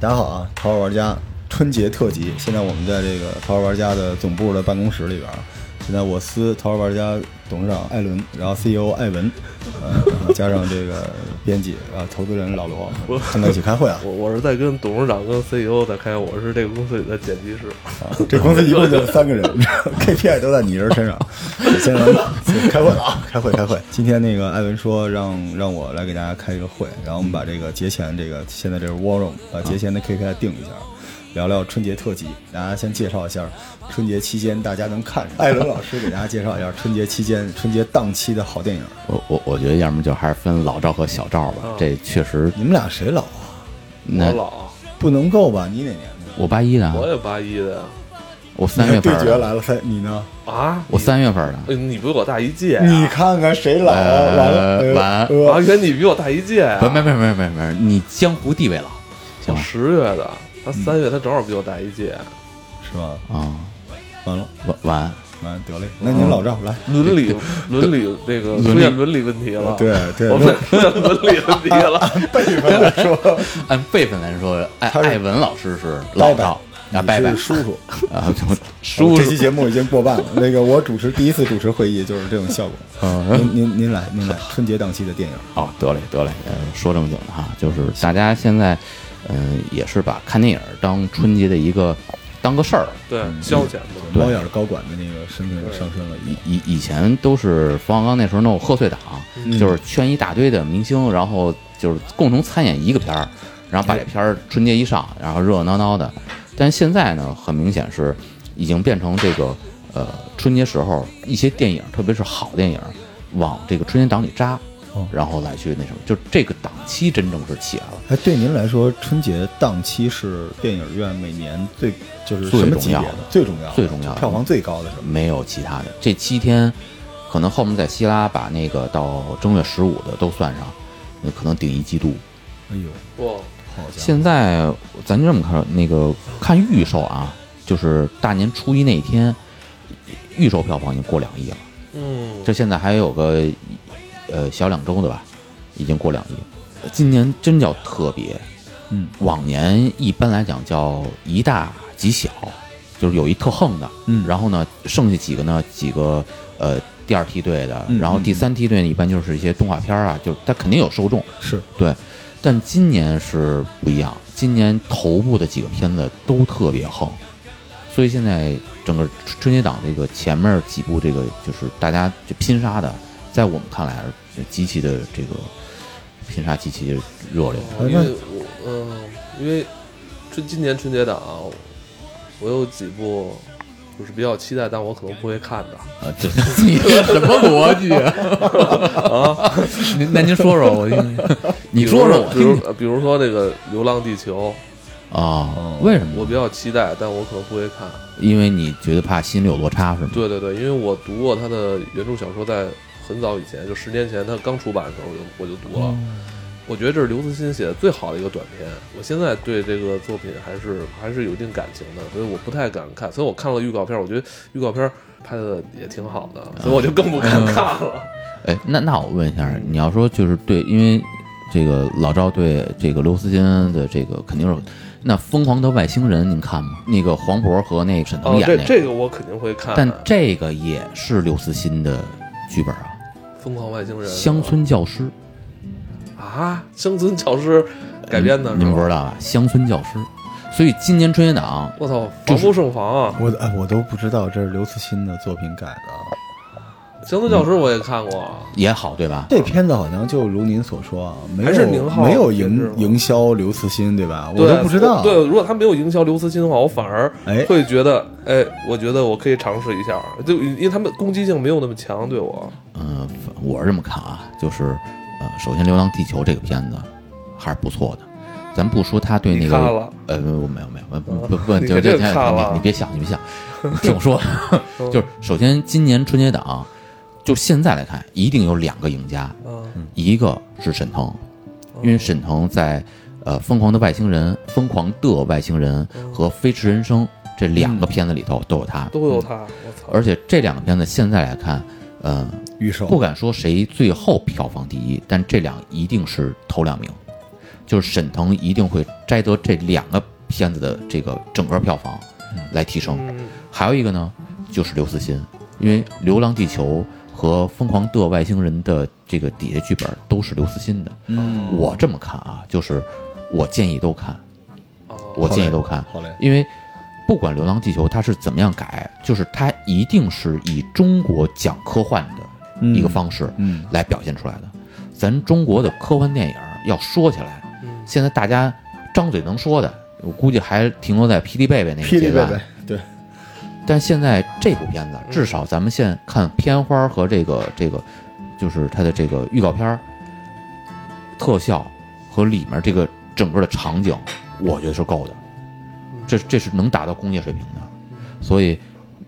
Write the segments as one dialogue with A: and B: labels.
A: 大家好啊！《桃花玩家》春节特辑，现在我们在这个《桃花玩家》的总部的办公室里边儿。现在我司《桃花玩家》董事长艾伦，然后 CEO 艾文，呃，然后加上这个编辑啊、投资人老罗，正在一起开会啊。
B: 我我是在跟董事长跟 CEO 在开，我是这个公司里的剪辑师。
A: 啊 这公司一共就三个 人，KPI 都在你一人 身上。先开会了啊，开会开会。今天那个艾文说让让我来给大家开一个会，然后我们把这个节前这个现在这是 War Room，把节前的 KPI 定一下。聊聊春节特辑，大家先介绍一下春节期间大家能看什么。艾伦老师给大家介绍一下春节期间春节档期的好电影。
C: 我我我觉得要么就还是分老赵和小赵吧
B: 嗯，
C: 这确实
A: 你们俩谁老啊？
C: 那啊
B: 我老，
A: 不能够吧？你哪年的？
C: 我八一的啊，
B: 我也八一的呀。
C: 我三月份
A: 对
C: 儿
A: 决
C: 的，
A: 来了，三你呢？
B: 啊，
C: 我三月份儿的，
B: 你，你比我大一届呀。
A: 你看看谁老？
C: 呃
A: 完了，哎呃
C: 完
A: 呃
B: 王源，你比我大一届呀。
C: 不没没没没没，你江湖地位老，
B: 我
C: 行吧？
B: 十月的，他三月，他正好比我大一届。
A: 是吧？
C: 啊，
A: 完了。
C: 晚晚
A: 完得嘞，那您老赵来。
B: 伦理，伦理那个出
C: 嗯伦理
B: 现伦理问题了。
A: 对对
B: 嗯
A: 啊
B: 我们出现伦理问题了。
A: 辈分来 说，
C: 按辈分来说，艾
A: 他是
C: 艾文老师是老赵啊，拜拜
A: 你是叔叔。
C: 啊，就叔
A: 这期
C: 叔
A: 节目已经过半了。 那个我主持第一次主持会议就是这种 效果。您您您来，您来，春节档期的电影，
C: 哦，得嘞得嘞，呃，说正经的哈，就是大家现在，嗯，也是把看电影儿当春节的一个当个事儿，
B: 对，消遣嘛。
A: 猫眼高管的那个身份上升了一
C: 以。以以前都是冯小刚那时候弄贺岁档，就是圈一大堆的明星，然后就是共同参演一个片儿，然后把这片儿春节一上，然后热热闹闹的。但是现在呢，很明显是已经变成这个呃春节时候一些电影，特别是好电影，往这个春节档里扎
A: 哦，
C: 然后来去那什么，就这个档期真正是起来了。
A: 哎，对您来说，春节档期是电影院每年最就是什么级别的最重要的、
C: 最重要的
A: 票房最高的什么？
C: 没有其他的。这七天，可能后面在希拉把那个到正月十五的都算上，那可能顶一季度。
A: 哎呦，
B: 哇，
A: 好家伙！
C: 现在咱就这么看，那个看预售啊，就是大年初一那一天，预售票房已经过两亿了。
B: 嗯，
C: 这现在还有个呃小两周的吧，已经过两亿。今年真叫特别，
A: 嗯，
C: 往年一般来讲叫一大几小，就是有一特横的，
A: 嗯
C: 然后呢，剩下几个呢，几个呃第二梯队的，
A: 嗯
C: 然后第三梯队呢，一般就是一些动画片儿啊，就是它肯定有受众，
A: 是
C: 对，但今年是不一样，今年头部的几个片子都特别横，所以现在整个春节档这个前面几部这个就是大家就拼杀的，在我们看来是极其的这个拼杀极其的热烈。
B: 因为我嗯，因为春今年春节档，啊我有几部就是比较期待，但我可能不会看的。
C: 啊， 这你是什么逻辑啊？
B: 啊
C: 您那您说说我听， 你说说我
B: 比如
C: 听
B: 说比如比如说那个《流浪地球
C: 啊？为什》，么
B: 我
C: 呢？
B: 比较期待，但我可能不会看。
C: 因为你觉得怕心里有落差是吗？
B: 对对对，因为我读过他的原著小说，在很早以前，就十年前他刚出版的时候，我就我就读了。
C: 嗯
B: 我觉得这是刘慈欣写的最好的一个短篇。我现在对这个作品还是还是有一定感情的，所以我不太敢看。所以我看了预告片，我觉得预告片拍的也挺好
C: 嗯
B: 的，所以我就更不敢看了。
C: 哎，那那我问一下，你要说就是对，因为这个老赵对这个刘慈欣的这个肯定是，那《疯狂的外星人》您看吗？那个黄渤和那沈腾
B: 哦，
C: 演
B: 这
C: 那
B: 这个我肯定会看。啊
C: 但这个也是刘慈欣的剧本啊，
B: 疯狂外星人》
C: 《乡村教师》
B: 啊，乡村教师改编的
C: 嗯你
B: 是
C: 们不
B: 吗？
C: 知道吧？《乡村教师》，所以今年春节档
B: 我操，防不胜防啊！
A: 我哎，我都不知道这是刘慈欣的啊作品改的。
B: 乡村教师我也看过，
C: 也好，对吧？
A: 这片子好像就如您所说啊，没有
B: 还是宁浩
A: 没有
B: 监制吗
A: 营营销刘慈欣对吧？我
B: 对
A: 都不知道。
B: 对，如果他没有营销刘慈欣的话，我反而
A: 哎
B: 会觉得，哎，我觉得我可以尝试一下，就因为他们攻击性没有那么强对我。
C: 嗯，我是这么看啊，就是呃，首先《流浪地球》这个片子还是不错的，咱不说他对那
B: 你
C: 个
B: 看了
C: 呃，我没有没有，我不不
B: 啊
C: 不，
B: 你
C: 就
B: 这
C: 这
B: 个
C: 前两
B: 看
C: 天
B: 了
C: 你你别想，你别想，你听 我说，
B: 嗯
C: 就是首先今年春节档，就现在来看，一定有两个赢家，
B: 嗯，哦
C: 一个是沈腾，因为沈腾在呃《疯狂的外星人》《疯狂的外星
B: 哦
C: 人》和《飞驰人生》这两个片子里头都有他，
B: 嗯
C: 嗯
B: 都有他，我操！
C: 而且这两个片子现在来看，嗯、
A: 预售
C: 不敢说谁最后票房第一，但这两一定是头两名。就是沈腾一定会摘得这两个片子的这个整个票房来提升。
B: 嗯，
C: 还有一个呢，就是刘慈欣，因为《流浪地球》和《疯狂的外星人》的这个底下剧本都是刘慈欣的。
A: 嗯，
C: 我这么看啊，就是我建议都看，
B: 哦
C: 我建议都看，
A: 好嘞，
C: 因为不管《流浪地球》它是怎么样改，就是它一定是以中国讲科幻的一个方式
A: 嗯
C: 来表现出来的。咱中国的科幻电影要说起来，
B: 嗯
C: 现在大家张嘴能说的，我估计还停留在霹雳贝贝那个
A: 霹雳
C: 阶
A: 贝嗯
C: 段。
A: 贝，对，
C: 但现在这部片子，至少咱们现看片花和这个这个，就是它的这个预告片儿、特效和里面这个整个的场景，我觉得是够的。
A: 嗯
C: 这这是能达到工业水平的，所以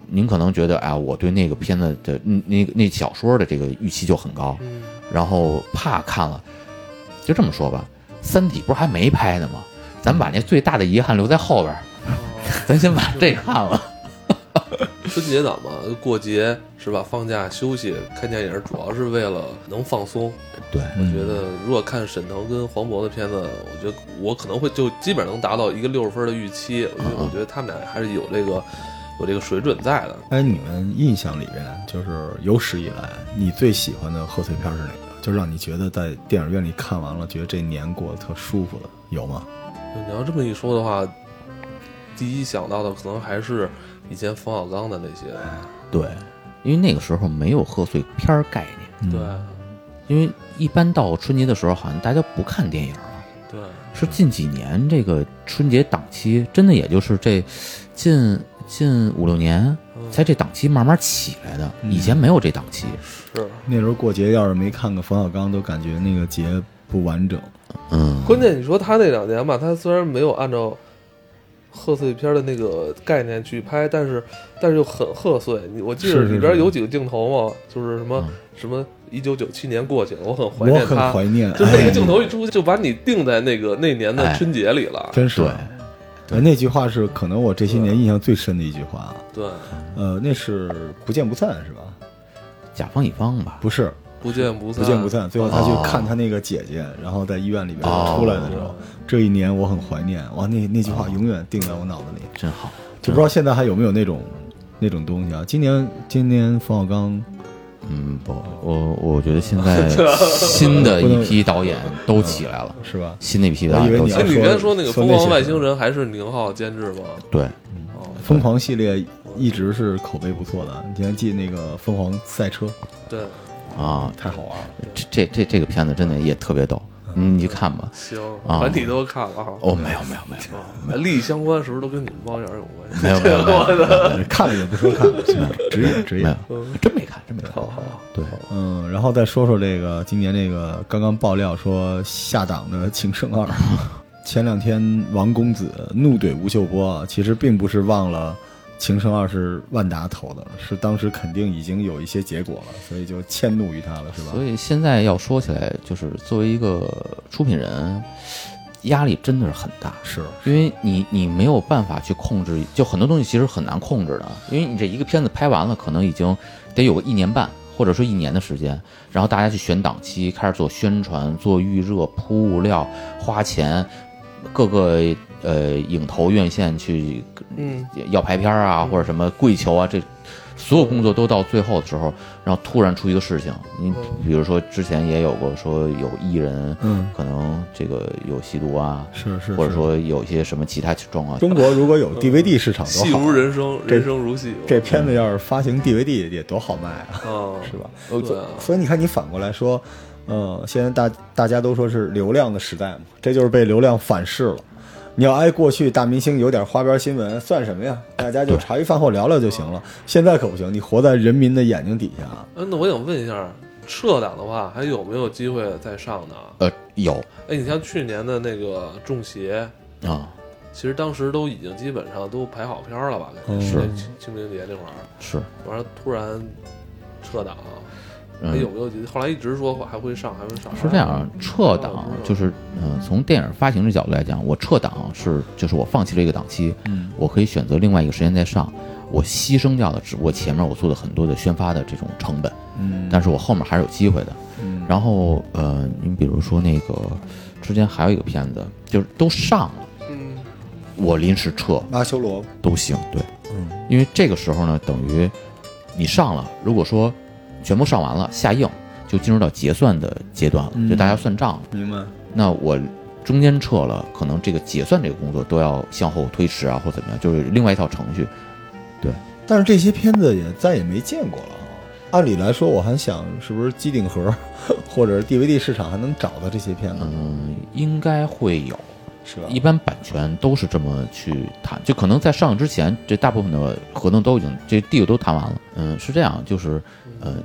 C: 您可能觉得啊，我对那个片子的嗯那个那小说的这个预期就很高，
B: 嗯
C: 然后怕看了，就这么说吧，《三体》不是还没拍呢吗？咱把那最大的遗憾留在后边儿，
B: 哦
C: 咱先把这看了。
B: 春节档嘛，过节是吧？放假休息看电影，主要是为了能放松。
C: 对，
B: 我觉得如果看沈腾跟黄渤的片子，我觉得我可能会就基本上能达到一个六十分的预期。我觉得，我觉得他们俩还是有这个有这个水准在的。
A: 哎，你们印象里边，就是有史以来你最喜欢的贺岁片是哪个？就让你觉得在电影院里看完了，觉得这年过得特舒服的，有吗？
B: 你要这么一说的话，第一想到的可能还是以前冯小刚的那些。
C: 对，因为那个时候没有贺岁片儿概念，
B: 对
C: 因为一般到春节的时候，好像大家不看电影了。
B: 对，
C: 是近几年这个春节档期，真的也就是这近近五六年
B: 嗯
C: 才这档期慢慢起来的，
A: 嗯
C: 以前没有这档期。
B: 是。
A: 那时候过节要是没看个冯小刚，都感觉那个节不完整。
C: 嗯，
B: 关键你说他那两年吧，他虽然没有按照贺岁片的那个概念去拍，但是但是又很贺岁。你我记得
A: 是是
B: 里边
A: 是
B: 有几个镜头嘛，就是什么
C: 嗯
B: 什么一九九七年过去了，我很怀
A: 我
B: 念
A: 很
B: 他。
A: 怀念，
B: 就那个镜
A: 哎
B: 头一出现，就把你定在那个那年的春节里了。
A: 真是
C: 对。
A: 哎那句话是可能我这些年印象最深的一句话啊，
B: 对，
A: 呃，那是不见不散是吧？
C: 甲方乙方吧，
A: 不是，
B: 不见不散，
A: 不见不散。最后他去
C: 哦
A: 看他那个姐姐，然后在医院里边
C: 哦
A: 出来的时候，这一年我很怀念。哇，那那句话永远定在我脑子里，
C: 真好。
A: 就不知道现在还有没有那种那种东西啊。今年今年冯小刚
C: 嗯，不，我我觉得 现在新的一批导演都起来了，
A: 是吧？
C: 新的一批导
A: 我以为
C: 演都
A: 你
C: 起
A: 要
B: 哎，
C: 来了。
B: 你刚才说那个《
A: 呃说
B: 疯
A: 那些
B: 狂外星人》还是宁浩监制吗？
C: 对，
B: 哦，
A: 疯狂系列一直是口碑不错的，你还记得那个疯狂赛车，
B: 对，
C: 啊，
A: 太好玩了。
C: 这这这这个片子真的也特别逗，你去看吧。
B: 行，
C: 啊
B: 全体都看了啊。
C: 哦，没有没有没
B: 哦，
C: 有
B: 利益相关是不是都跟你们猫眼儿有关系？
C: 没有没有 没有没有
A: 呃看了也不说看，是吧职业职
C: 没
A: 业。
C: 有，真没看真没看。
B: 好好好。
C: 对，
A: 嗯，然后再说说这个今年这个刚刚爆料说下档的《情圣二》， 前两天王公子怒怼吴秀波，啊，其实并不是忘了《情圣二》是万达投的，是当时肯定已经有一些结果了，所以就迁怒于他了，是吧？
C: 所以现在要说起来，就是作为一个出品人，压力真的是很大，
A: 是，
C: 因为你你没有办法去控制，就很多东西其实很难控制的，因为你这一个片子拍完了，可能已经得有个一年半或者说一年的时间，然后大家去选档期，开始做宣传、做预热、铺物料、花钱，各个呃影投院线去
B: 嗯，
C: 要排片儿啊，或者什么跪求啊，这所有工作都到最后的时候，然后突然出一个事情，你比如说之前也有过说有艺人，
A: 嗯，
C: 可能这个有吸毒啊，
A: 是是，
C: 或者
A: 是
C: 说有一些什么其他状况，
A: 中国如果 有 DVD 市场
B: 戏
A: 多
B: 如
A: 好，
B: 人生，
A: 这
B: 人生如戏。
A: 这片子
C: 嗯
A: 要是发行 DVD 也多好卖啊，
B: 啊，
A: 是吧？
B: 对啊，
A: 所以你看，你反过来说，呃，现在大大家都说是流量的时代嘛，这就是被流量反噬了。你要挨过去大明星有点花边新闻算什么呀？大家就茶余饭后聊聊就行了。现在可不行，你活在人民的眼睛底下啊。
B: 嗯，那我想问一下，撤档的话还有没有机会再上呢？
C: 呃有
B: 哎，你像去年的那个《中邪》，
C: 啊
B: 其实当时都已经基本上都排好片儿了吧？感觉
A: 嗯
B: 那清清明节那会儿，
C: 是，
B: 完了突然撤档，
A: 哎
B: 还有
C: 嗯
B: 没有机？后来一直说还会上，还会上。
C: 是这样，撤档
B: 哦
C: 就是嗯、呃从电影发行的角度来讲，我撤档是就是我放弃了一个档期，
A: 嗯，
C: 我可以选择另外一个时间再上，我牺牲掉的只我前面我做的很多的宣发的这种成本，
A: 嗯
C: 但是我后面还是有机会的。
A: 嗯
C: 然后呃，你比如说那个之前还有一个片子，就是都上了，
B: 嗯，
C: 我临时撤
A: 阿修罗
C: 都行，对，嗯，因为这个时候呢，等于你上了，如果说全部上完了下映，就进入到结算的阶段了，就大家算账了。
A: 明白？
C: 那我中间撤了，可能这个结算这个工作都要向后推迟啊，或怎么样，就是另外一套程序。
A: 但是这些片子也再也没见过了啊。按理来说，我还想是不是机顶盒或者是 DVD 市场还能找到这些片子，
C: 嗯，应该会有。
A: 是吧？
C: 一般版权都是这么去谈，就可能在上映之前，这大部分的合同都已经这 deal 都谈完了。嗯，是这样，就是呃，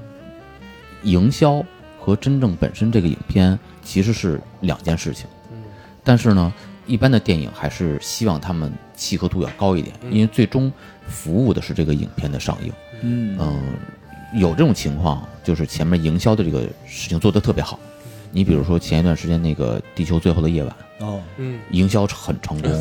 C: 营销和真正本身这个影片其实是两件事情。
B: 嗯，
C: 但是呢，一般的电影还是希望他们契合度要高一点，因为最终服务的是这个影片的上映。
A: 嗯
C: 嗯，有这种情况，就是前面营销的这个事情做得特别好。你比如说前一段时间那个《地球最后的夜晚》，
A: 哦，
B: 嗯，
C: 营销很成功，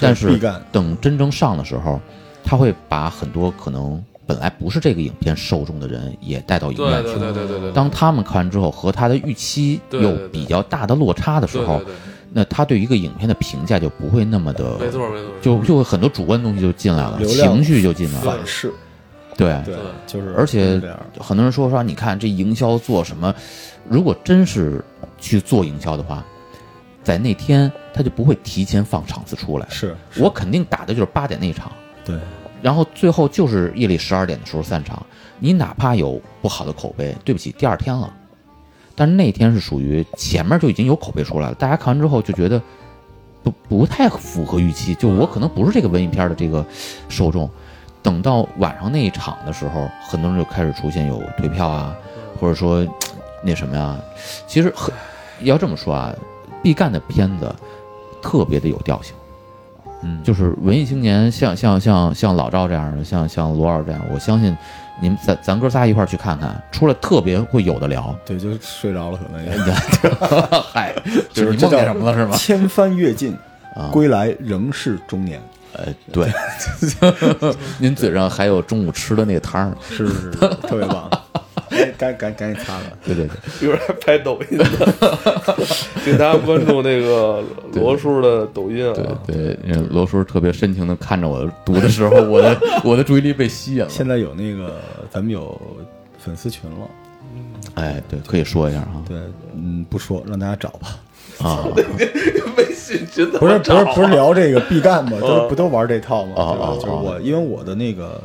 C: 但
A: 必
C: 是
A: 干
C: 等真正上的时候，他会把很多可能本来不是这个影片受众的人也带到影
B: 对
C: 院
B: 对
C: 去。
B: 对对对对，
C: 当他们看完之后和他的预期
B: 对对
C: 有
B: 对
C: 比较大的落差的时
B: 对
C: 候，
B: 对对，
C: 那他对一个影片的评价就不会那么的，
B: 没错没错，
C: 就就会很多主观东西就进来了，
A: 流量
C: 情绪就进来了，
A: 反噬，
C: 对。
A: 对，就是
C: 而且
A: 是这样。
C: 很多人说说，你看这营销做什么？如果真是去做营销的话，在那天他就不会提前放场次出来。
A: 是
C: 我肯定打的就是八点那一场，
A: 对，
C: 然后最后就是夜里十二点的时候散场。你哪怕有不好的口碑，对不起，第二天了。但是那天是属于前面就已经有口碑出来了，大家看完之后就觉得不不太符合预期，就我可能不是这个文艺片的这个受众。等到晚上那一场的时候，很多人就开始出现有退票啊，或者说那什么呀，其实很要这么说啊，毕赣的片子特别的有调性。
A: 嗯，
C: 就是文艺青年像，像像像老赵这样的，像像罗老师这样，我相信你们咱咱哥仨一块儿去看看，出来特别会有的聊。
A: 对，就睡着了，可能也
C: 嗨，
A: 就
C: 就是是你
A: 这叫
C: 梦见什么了是吗？
A: 千帆越尽，
C: 啊，
A: 归来仍是中年。
C: 呃，对， 您嘴上还有中午吃的那个汤儿呢。
A: 是 是是，特别棒，赶赶赶紧擦了。
C: 对对对，
B: 一会儿还拍抖 音呢，请大家关注那个罗叔的抖音啊。
C: 对 对，呃罗叔特别深情的看着我读的时候，我的我的注意力被吸引了。
A: 现在有那个，咱们有粉丝群了，
C: 哎，对，可以说一下啊
A: 对，嗯，不说，让大家找吧。
C: 啊，
B: 微信群怎
A: 不是
B: 么
A: 不
B: 找
A: 是
B: 啊
A: 不是聊这个毕 赣吗？都是不都玩这套吗？
C: 哦
A: 对吧
C: 哦
A: 就是
C: 哦
A: 我，因为我的那个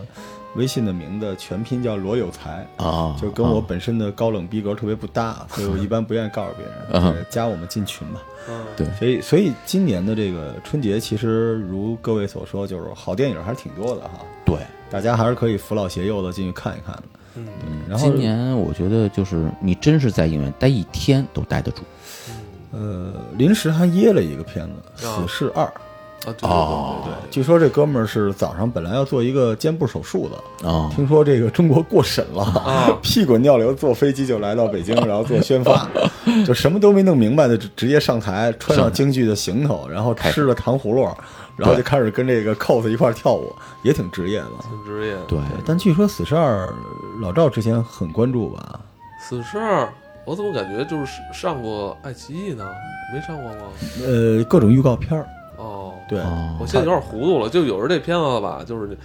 A: 微信的名字全拼叫罗有才
C: 啊
A: 就跟我本身的高冷逼格特别不 搭，所以我一般不愿意告诉别人。
C: 嗯
A: 对加我们进群吧。
B: 嗯
C: 对
A: 所以，所以今年的这个春节，其实如各位所说，就是好电影还是挺多的哈。
C: 对。
A: 大家还是可以扶老携幼的进去看一看的。
B: 嗯
A: 嗯，然后
C: 今年我觉得就是你真是在影院待一天都待得住。
A: 呃，临时还噎了一个片子《
B: 啊
A: 死侍二》，
B: 啊，对
C: 哦
B: 对对对
A: 据说这哥们儿是早上本来要做一个肩部手术的，
C: 啊、
A: 听说这个中国过审了，
B: 啊，
A: 屁滚尿流坐飞机就来到北京，然后做宣 发，就什么都没弄明白的，直直接上台，穿上京剧的行头，然后吃了糖葫芦，然后就开始跟这个 cos 一块儿跳舞，也挺职业的。
B: 挺职业。
C: 对，
A: 但据说《死侍二》，老赵之前很关注吧？
B: 死侍儿，我怎么感觉就是上过爱奇艺呢？没上过吗？
A: 呃，各种预告片儿，
B: 哦，
A: 对，
C: 哦
B: 我现在有点糊涂了。就有时候这片子吧，就是你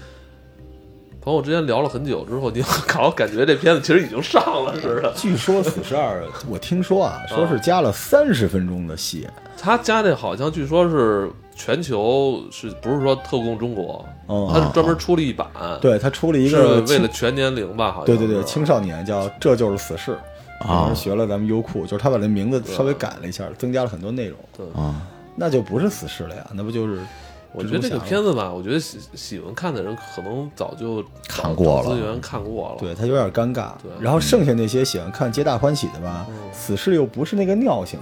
B: 朋友之间聊了很久之后，你 搞感觉这片子其实已经上了似的。
A: 据说《死侍二》，我听说啊，说是加了三十分钟的戏，
B: 他家那好像据说是全球是不是说特供中国？
A: 嗯，
B: 他是专门出了一版，
A: 对他出了一
B: 啊是
A: 个
B: 为
A: 青
B: 了全年龄吧？好像
A: 对对对
B: 是
A: 青少年叫《这就是死侍》，
C: 啊
A: 当时学了咱们优酷，就是他把这名字稍微改了一下，增加了很多内容，
C: 啊，
A: 那就不是死侍了呀，那不就是
B: 我觉得这
A: 蜘蛛侠
B: 个
A: 吗
B: 片子吧，我觉得喜喜欢看的人可能早就
C: 看过了
B: 找资源看过了。
A: 对他有点尴尬。然后剩下那些喜欢看皆大欢喜的吧，死侍又不是那个尿性，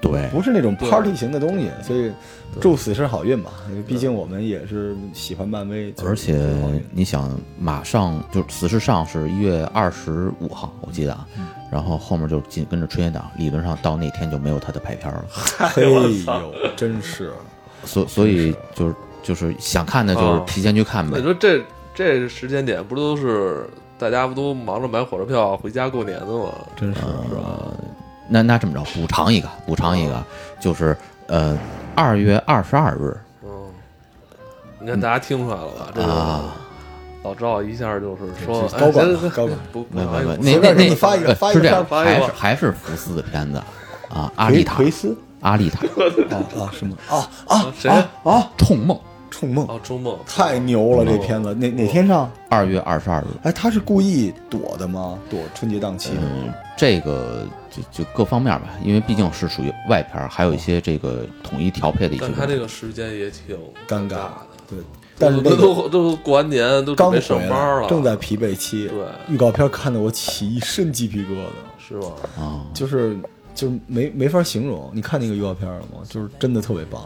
C: 对，
A: 不是那种 party 型的东西，所以祝死侍好运吧，因为毕竟我们也是喜欢漫威，就是
C: 而且
A: 好运
C: 你想，马上就是《死侍》上是一月二十五号，我记得啊，
A: 嗯
C: 然后后面就紧跟着春节档，理论上到那天就没有他的排片了，
A: 嘿呦，真是。
C: 所所以就是就是想看的就是
B: 哦
C: 提前去看
B: 那
C: 呗
B: 你，说这这时间点不都是大家不都忙着买火车票回家过年的吗？
A: 真是
C: 呃，那那这么着，补偿一个，补偿一
A: 哦
C: 个，就是呃，二月二十二日
B: 嗯，你看大家听出来了吧？这个
C: 啊，
B: 老赵一下就是说，
A: 高管
B: 哎
A: 了
B: 行
A: 高管
B: 不不
C: 没
B: 好
C: 没
B: 意
C: 没，
B: 思，
C: 那
A: 哎随
C: 那
A: 便
C: 那
A: 给你发一个
C: 呃
A: 发一个
C: 是这样，
B: 发一
C: 还
B: 个
C: 是还是福斯的片子啊，阿丽
A: 奎
C: 塔，
A: 奎斯
C: 阿 丽塔，
A: 啊啊什么啊
B: 啊谁？
C: 啊，痛梦，
A: 冲梦
B: 哦，周梦
A: 太牛了这片子哪哪天上？
C: 二月二十二日，
A: 哎，他是故意躲的吗？躲春节档期？
C: 嗯，这个就就各方面吧，因为毕竟是属于外片儿，还有一些这个统一调配的一些
B: 但
C: 问题。
B: 他这个时间也挺
A: 尴尬
B: 尬的，
A: 对，但是
B: 都
A: 那个
B: 都都过完年都准
A: 刚
B: 备
A: 回
B: 上班
A: 来，
B: 了，
A: 正在疲惫期。
B: 对
A: 预告片看得我起一身鸡皮疙瘩。
B: 是吗？
C: 啊，
A: 就是就是没没法形容。你看那个预告片了吗？就是真的特别棒，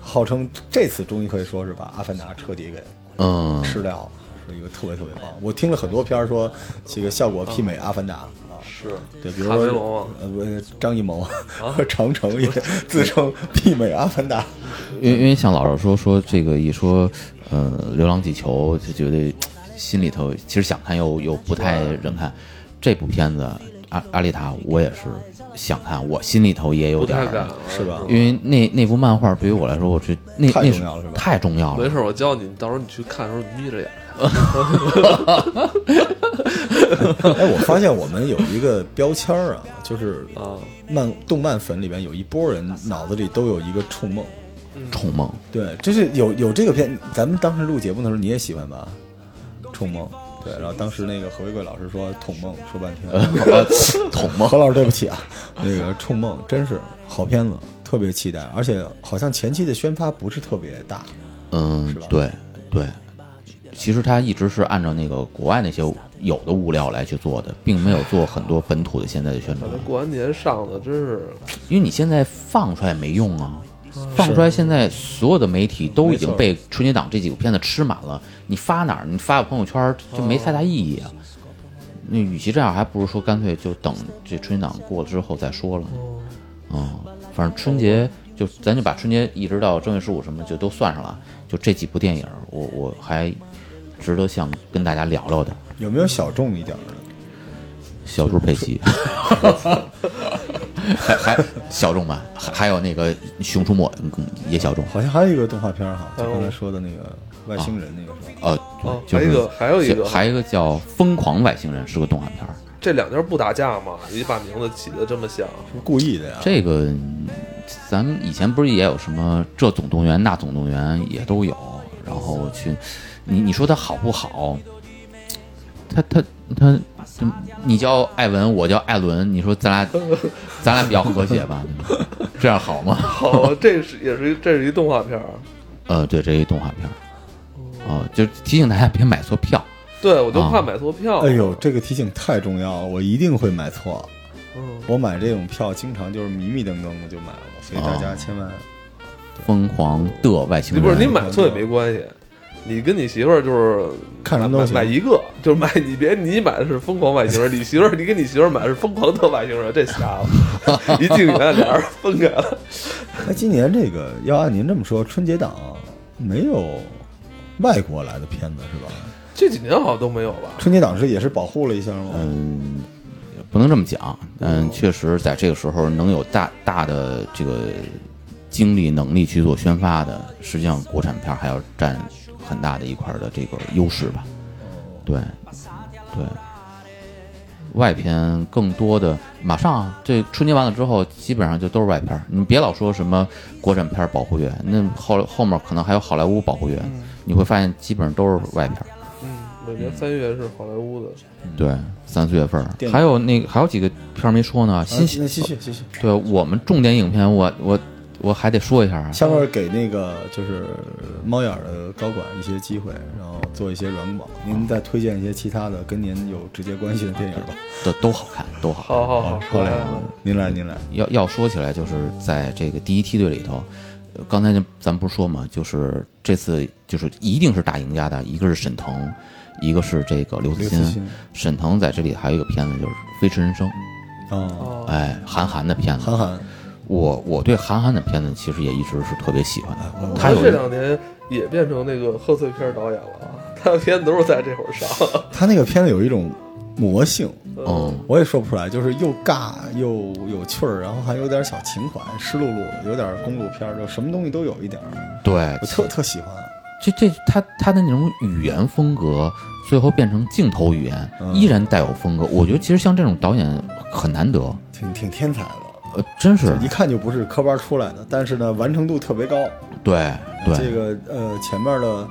A: 号称这次终于可以说是把《阿凡达》彻底给
C: 嗯，
A: 吃掉了，是一个特别特别棒。我听了很多片儿说这个效果媲美《阿凡达》啊。
B: 是，
A: 对，比如
B: 卡梅
A: 说
B: 隆啊
A: 呃，不是张艺谋 和长 城也自称媲美《阿凡达》，
C: 因为因为像老赵说说这个一说，呃，《流浪地球》就觉得心里头其实想看又又不太忍看。这部片子《阿阿丽塔》，我也是想看，我心里头也有
B: 不
C: 点
B: 太
C: 儿
B: 敢，了，
A: 是吧
C: 因为那那部漫画对于我来说，我觉得那
A: 太
C: 那
A: 重要了是吧
C: 太重要了
B: 没，事，我教你，到时候你去看的时候眯着眼看。
A: 哎，我发现我们有一个标签儿啊，就是
B: 啊，
A: 漫动漫粉里边有一波人脑子里都有一个冲梦，
C: 《冲梦》
A: 对，就是有有这个片，咱们当时录节目的时候你也喜欢吧，《冲梦》。对，然后当时那个何为贵老师说“捅梦”，说半天， 捅梦。何老师对不起啊，那个《冲梦》真是好片子，特别期待，而且好像前期的宣发不是特别大，
C: 嗯
A: 是吧，
C: 对对，其实它一直是按照那个国外那些有的物料来去做的，并没有做很多本土的现在的宣传
B: 那，过完年上的真是
C: 因为你现在放出来没用啊。放出来，现在所有的媒体都已经被春节档这几部片子吃满了，你发哪儿？你发个朋友圈儿就没太大意义啊。那与其这样，还不如说干脆就等这春节档过了之后再说了。嗯，反正春节就咱就把春节一直到正月十五什么就都算上了，就这几部电影，我我还值得想跟大家聊聊的。
A: 有没有小众一点儿的？
C: 小猪佩 奇， 还还小众吧，还还有那个《熊出没》嗯也小众。
A: 好像还有一个动画片儿哈，
B: 哎
A: 就
B: 呦
A: 刚才说的那个外星人那个是吧？
C: 呃，
B: 哦
C: 就
B: 还
C: 是
B: 有一个还有一个啊
C: 还有一个叫《疯狂外星人》，是个动画片儿。
B: 这两家不打架嘛，你把名字起的这 么像，
A: 是故意的呀？
C: 这个嗯咱们以前不是也有什么这总动员那总动员也都有，然后去，你你说它好不好？他他他，嗯你叫艾文，我叫艾伦，你说咱俩咱俩比较和谐吧？对吧这样好吗？
B: 好，这是也是一这是一动画片儿。
C: 呃，对，这一动画片儿，哦、就提醒大家别买错票。
B: 对，我就怕
C: 啊
B: 买错票。
A: 哎呦，，这个提醒太重要了，我一定会买错。
B: 嗯，
A: 我买这种票经常就是迷迷瞪瞪的就买了，所以大
B: 哦
A: 家千万
C: 疯狂的外星
B: 你
C: 人，
B: 不是你买错也没关系，你跟你媳妇儿就是
A: 看什么都
B: 买
A: 行
B: 买一个，就是买你别你买的是疯狂外星人，你媳妇儿你跟你媳妇儿买的是疯狂特外星人，这瞎了，一进园俩人分开了。
A: 那今年这个要按您这么说，春节档没有外国来的片子是吧？
B: 这几年好像都没有吧？
A: 春节档是也是保护了一下吗？
C: 嗯，不能这么讲，嗯，确实在这个时候能有大大的这个精力能力去做宣发的，实际上国产片儿还要占很大的一块儿的这个优势吧。对，对，外片更多的马上啊这春节完了之后，基本上就都是外片儿。你别老说什么国产片儿保护月，那后后面可能还有好莱坞保护月，
A: 嗯
C: 你会发现基本上都是外片儿。
B: 嗯，每年三月是好莱坞的，
C: 对，三四月份儿
A: 嗯电影
C: 还有那个还有几个片儿没说呢，
A: 啊那
C: 新
A: 继续继续，
C: 对我们重点影片，我我我还得说一下啊，
A: 下面给那个就是猫眼儿的高管一些机会，然后做一些软广。您再推荐一些其他的跟您有直接关系的电影吧。
C: 都都好看，都哦好看。
B: 好好好，
A: 好嘞
B: 来，
A: 您来您来，
C: 要要说起来，就是在这个第一梯队里头，呃刚才就咱不是说嘛，就是这次就是一定是大赢家的，一个是沈腾，一个是这个刘慈
A: 刘
C: 欣
A: 慈。欣
C: 沈腾在这里还有一个片子就是《飞驰人生》，
A: 啊，
B: 哦，
C: 哎，韩寒的片子。
A: 韩寒，
C: 我我对韩寒的片子其实也一直是特别喜欢的。
A: 呃
B: 我
C: 他有一
B: 这两年也变成那个贺岁片导演了啊，他的片子都是在这会儿上。嗯
A: 他那个片子有一种魔性，
C: 哦，
A: 我也说不出来，就是又尬又有趣儿，然后还有点小情怀，湿漉漉，有点公路片儿，就什么东西都有一点儿，
C: 对
A: 我，特特喜欢。
C: 这这他他的那种语言风格，最后变成镜头语言，
A: 嗯
C: 依然带有风格。我觉得其实像这种导演很难得，
A: 挺挺天才的，
C: 呃，真是
A: 一看就不是科班出来的，但是呢，完成度特别高。
C: 对
A: 嗯这
C: 对，
A: 个呃，前面的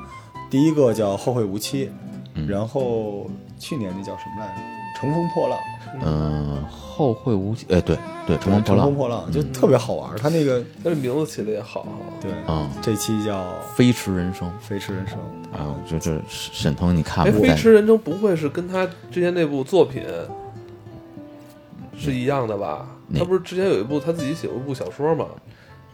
A: 第一个叫《后会无期》，
C: 嗯
A: 然后去年那叫什么来着？乘风破浪，
C: 嗯，后会无期，哎，对对，乘风
A: 乘
C: 破
A: 风
C: 浪，嗯
A: 破浪就特别好玩儿。他那个
B: 但是名字起的也好哈。
A: 对
C: 嗯，
A: 这期叫《
C: 飞驰人生
A: 飞驰人生》，
C: 啊，我觉得这沈腾，你看
B: 哎，
C: 我
B: 飞
C: 在
B: 驰人生不会是跟他之前那部作品是一样的吧？
C: 哪
B: 他不是之前有一部他自己写过一部小说吗？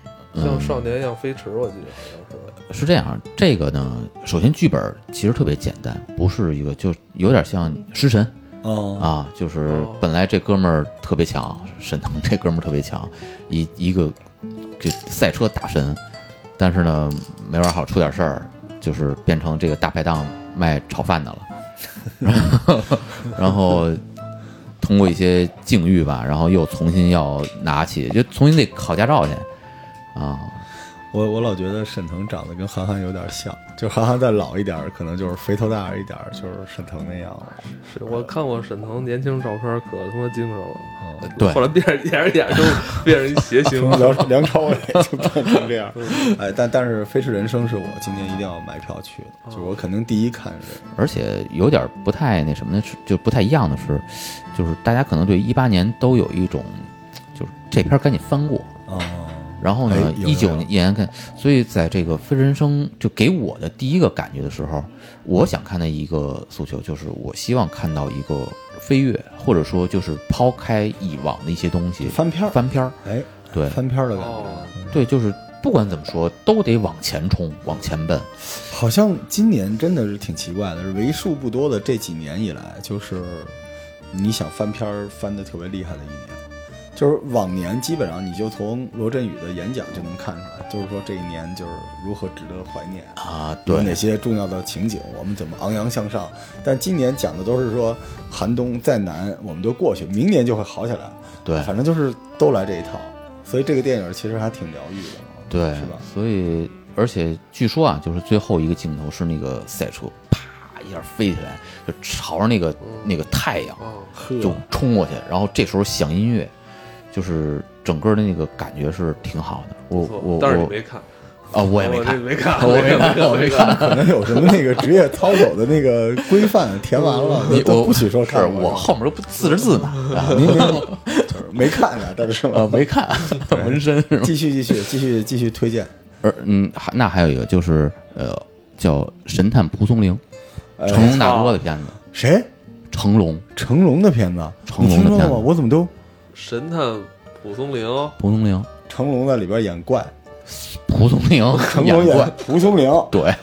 C: 嗯
B: 像少年一样飞驰，我记得好像是。
C: 是这样，这个呢，首先剧本其实特别简单，不是一个就有点像食神
A: 嗯，
C: 啊，就是
B: 哦
C: 本来这哥们儿特别强，沈腾这哥们儿特别强，一一个这赛车大神，但是呢没玩好出点事儿，就是变成这个大排档卖炒饭的了， 然后通过一些境遇吧，然后又重新要拿起，就重新得考驾照去啊，
A: 我我老觉得沈腾长得跟韩寒有点像，就韩寒再老一点儿，可能就是肥头大耳一点儿，就是沈腾那样了。
B: 是我看过沈腾年轻照片，可他妈精神了。
C: 对
B: 后来变着演着演着就变成一谐星
A: 从
B: 了。
A: 嗯 梁梁朝伟就变成这样， 哎，但但是《飞驰人生》是我今年一定要买票去的，就我肯定第一看是
C: 而且有点不太那什么的是，就不太一样的是，就是大家可能对一八年都有一种，就是这片儿赶紧翻过，
A: 哦，
C: 然后呢
A: 哎，有
C: 一九
A: 有有
C: 年看，所以在这个《非人生》就给我的第一个感觉的时候，我想看的一个诉求就是，我希望看到一个飞跃，或者说就是抛开以往的一些东西，
A: 翻篇儿，
C: 翻篇儿，
A: 哎，
C: 对
A: 翻篇儿的感觉。
B: 哦，
C: 对，就是不管怎么说，都得往前冲，往前奔，
A: 好像今年真的是挺奇怪的，是为数不多的这几年以来，就是你想翻篇儿翻的特别厉害的一年。就是往年基本上你就从罗振宇的演讲就能看出来，就是说这一年就是如何值得怀念，
C: 啊，
A: 有哪
C: 对，
A: 些重要的情景，我们怎么昂扬向上。但今年讲的都是说寒冬再难我们就过去，明年就会好起来。
C: 对。
A: 反正就是都来这一套，所以这个电影其实还挺疗愈的，
C: 对，
A: 是吧？
C: 所以，而且据说啊，就是最后一个镜头是那个赛车啪一下飞起来，就朝着那个那个太阳
B: 哦，
A: 呵
C: 就冲过去，然后这时候响音乐，就是整个的那个感觉是挺好的。我
B: 不错
C: 我
B: 但是你
C: 我
B: 没看，
C: 啊，我也没
B: 我哦这
C: 看，
B: 没看，
C: 我
B: 我
C: 没
B: 也
C: 看
B: 看，我没看。
A: 可能有什么那个职业操守的那个规范填完了，
C: 你
A: 都
C: 我
A: 不许说看
C: 是我后面都不四十字呢， 啊
A: 您您就是没看呢，但是
C: 呃，没 看纹身是吗？
A: 继续继续继续继续推荐，
C: 而嗯，还那还有一个就是呃，叫《神探蒲松龄》，
A: 呃
C: 成龙
B: 哎
C: 大哥的片子，
A: 谁？
C: 成龙
A: 成龙的片子，
C: 成
A: 你
C: 龙
A: 听
C: 的
A: 说过
C: 片子
A: 吗？我怎么都
B: 神探蒲松龄，
C: 蒲松龄
A: 成龙在里边演怪，
C: 蒲松龄
A: 成龙
C: 演过
A: 演蒲松龄，
C: 对。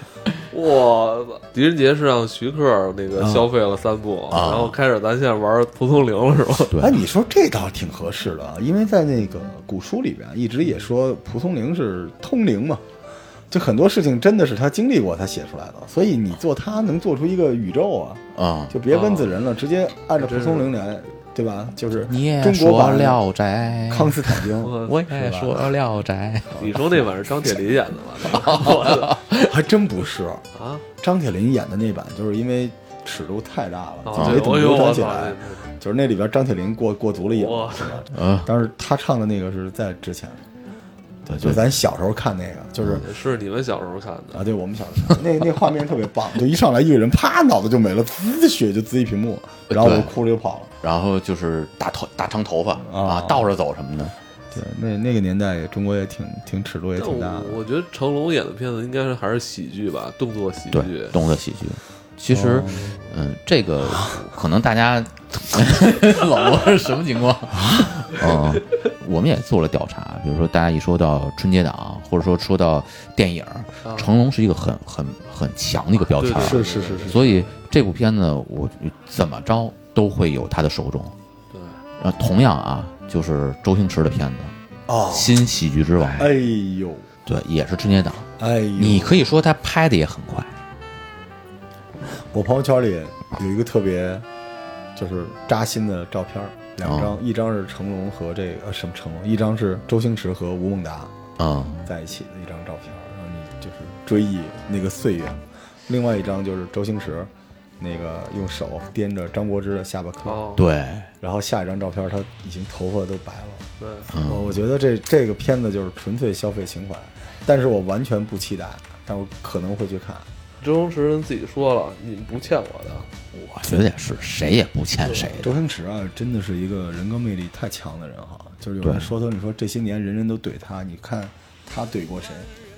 B: 哇！狄仁杰是让徐克那个消费了三部，
C: 啊
B: 然后开始咱现在玩蒲松龄了是吧？
C: 对
A: 哎，你说这倒挺合适的，啊，因为在那个古书里边一直也说蒲松龄是通灵嘛，就很多事情真的是他经历过他写出来的，所以你做他能做出一个宇宙啊，
C: 啊、
A: 就别温子仁了，直接按照蒲松龄来，对吧？就是
C: 你也
A: 中国
C: 说
A: 版
C: 《聊斋》，
A: 康斯坦丁，
B: 我
C: 我也说《聊斋
B: 你说那版是张铁林演的吧？我的
A: 还真不是。
B: 啊！
A: 张铁林演的那版，就是因为尺度太大了，
B: 啊
A: 就没怎么
B: 哎呦
A: 流传
B: 我
A: 起
B: 操
A: 来。就是那里边张铁林过过足了瘾
B: 哇
A: 了，是吧》
C: 啊，
A: 但是他唱的那个是在之前，对，就
C: 对嗯
A: 咱小时候看那个，就是。
B: 也是你们小时候看的，
A: 啊，对我们小时候看那那画面特别棒，就一上来一个人啪脑袋就没了，滋血就滋一屏幕，然后我就
C: 对
A: 哭着就跑了。
C: 然后就是大头大长头发
A: 啊
C: 啊，倒着走什么的，
A: 对，那那个年代中国也挺挺尺度也
B: 但
A: 挺大的。
B: 我我觉得成龙演的片子应该是还是喜剧吧，动作喜剧
C: 对，。动作喜剧。其实，嗯，这 个可能大家 老罗是什么情 况？嗯，我们也做了调查，比如说大家一说到春节档，或者说说到电影，成龙是一个很很很强的一个标签儿，
B: 啊对
A: 是是是是，
C: 所以这部片子我怎么着都会有他的手中。
B: 对，
C: 呃，同样啊，就是周星驰的片子
A: 哦，
C: 《新喜剧之王》，
A: 哎呦，
C: 对，也是春节档。
A: 哎呦，
C: 你可以说他拍的也很快，
A: 我朋友圈里有一个特别，就是扎心的照片儿，两张，一张是成龙和这个、呃什么成龙，一张是周星驰和吴孟达
C: 啊，
A: 在一起的一张照片儿，然后你就是追忆那个岁月；另外一张就是周星驰那个用手掂着张柏芝的下巴颏儿，
B: 哦，
C: 对，
A: 然后下一张照片儿他已经头发都白了。
B: 对，
C: 嗯
A: 我
C: 哦
A: 我觉得这这个片子就是纯粹消费情怀，但是我完全不期待，但我可能会去看。
B: 周星驰人自己说了，你们不欠我的，
C: 我觉得也是，谁也不欠谁的，
A: 周星驰啊，真的是一个人格魅力太强的人哈，就是有人说他，你说这些年人人都怼他，你看他怼过谁？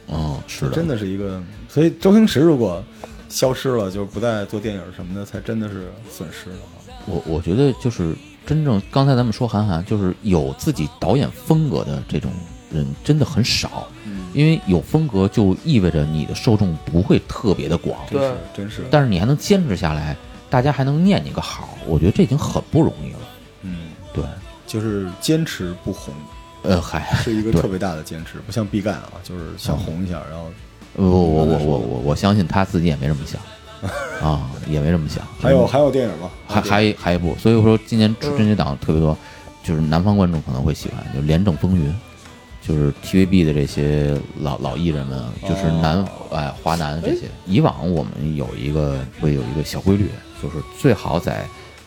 C: 嗯，是的，
A: 真的是一个，所以周星驰如果消失了，就是不再做电影什么的，才真的是损失了啊。
C: 我我觉得就是真正刚才咱们说韩寒，就是有自己导演风格的这种人真的很少，因为有风格就意味着你的受众不会特别的广，
B: 对
A: 是真是，
C: 但是你还能坚持下来，大家还能念你个好，我觉得这已经很不容易了。
A: 嗯，
C: 对，
A: 就是坚持不红
C: 呃，嗨，
A: 是一个
C: 对嗯
A: 特别大的坚持，不像毕赣啊，就是想红一下，然后
C: 我我我我我我相信他自己也没这么 想啊，也没这么想。嗯
A: 还有还有电影吗？
C: 还还一还一部，所以说今年春春节档特别多，就是南方观众可能会喜欢，就《廉政风云》，就是 TVB 的这些老老艺人们，就是南、哎华南这些。以往我们有一个会有一个小规律，就是最好在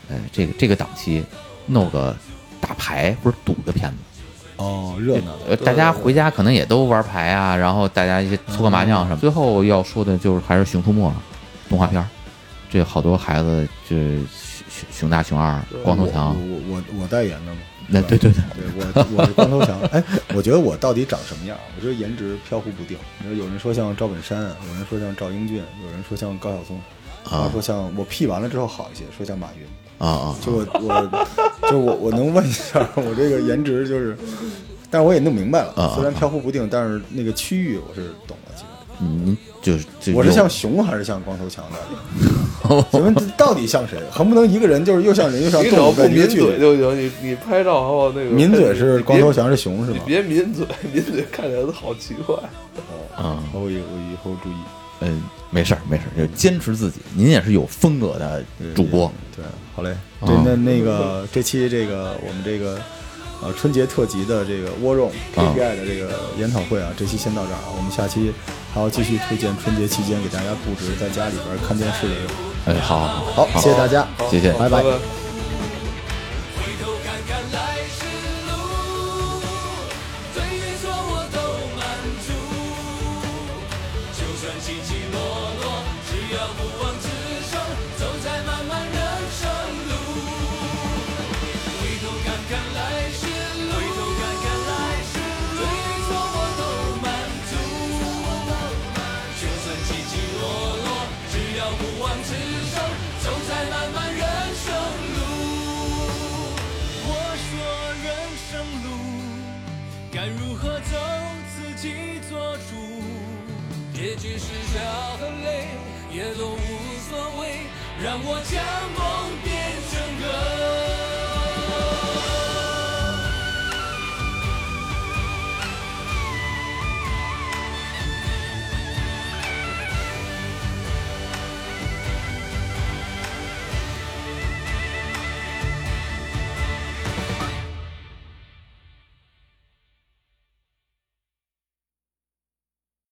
C: 呃这个这个档期弄个打牌或者赌的片子。
A: 哦，热闹的，
C: 呃，大家回家可能也都玩牌啊，然后大家一些搓个麻将什么。最后要说的就是还是《熊出没》动画片儿，这好多孩子这熊熊熊大、熊二、光头强，
A: 我我我我代言的嘛。
C: 那对对对，
A: 对我我是光头强。哎，我觉得我到底长什么样？我觉得颜值飘忽不定。你说有人说像赵本山，有人说像赵英俊，有人说像高晓松，有
C: 啊
A: 人说像我 P 完了之后好一些，说像马云。
C: 啊啊，
A: 就我我就我我能问一下，我这个颜值就是，但是我也弄明白了，
C: 啊
A: 虽然飘忽不定，但是那个区域我是懂了。其实
C: 啊您就是就
A: 我是
C: 有
A: 像熊还是像光头强的？ 请问这到底像谁？恨不能一个人就是又像人又像
B: 你只
A: 动
B: 要
A: 物，
B: 不
A: 在一
B: 抿
A: 个距
B: 嘴
A: 离。
B: 就行。你你拍照还有那个
A: 抿嘴是
B: 你
A: 光
B: 别
A: 头强是熊是
B: 你
A: 吗？
B: 别抿嘴， 抿嘴看起来都好奇怪。
C: 啊
A: 我以我以后注意。
C: 嗯，没事儿没事儿，就坚持自己。您也是有风格的主播，
A: 对，好嘞。
C: 啊
A: 这那那个这期这个我们这个呃春节特辑的这个窝
C: 哦
A: 用 KPI 的这个研讨会啊，这期先到这儿啊，我们下期还要继续推荐春节期间给大家布置在家里边看电视的一个。
C: 哎，好好好，
A: 好，谢谢大家，
C: 谢谢，
A: 拜
B: 拜拜。
D: 回头看看来时路，对面说我都满足。就算起起落落，只要不忘此生，走在漫漫人生路。回头看看来时路，回头看看来时路，对面说我都满足。就算起起落落，只要不忘此生，走在漫漫人生路。我说人生路该如何走，自己做主。结局是笑和泪也都无所谓，让我将我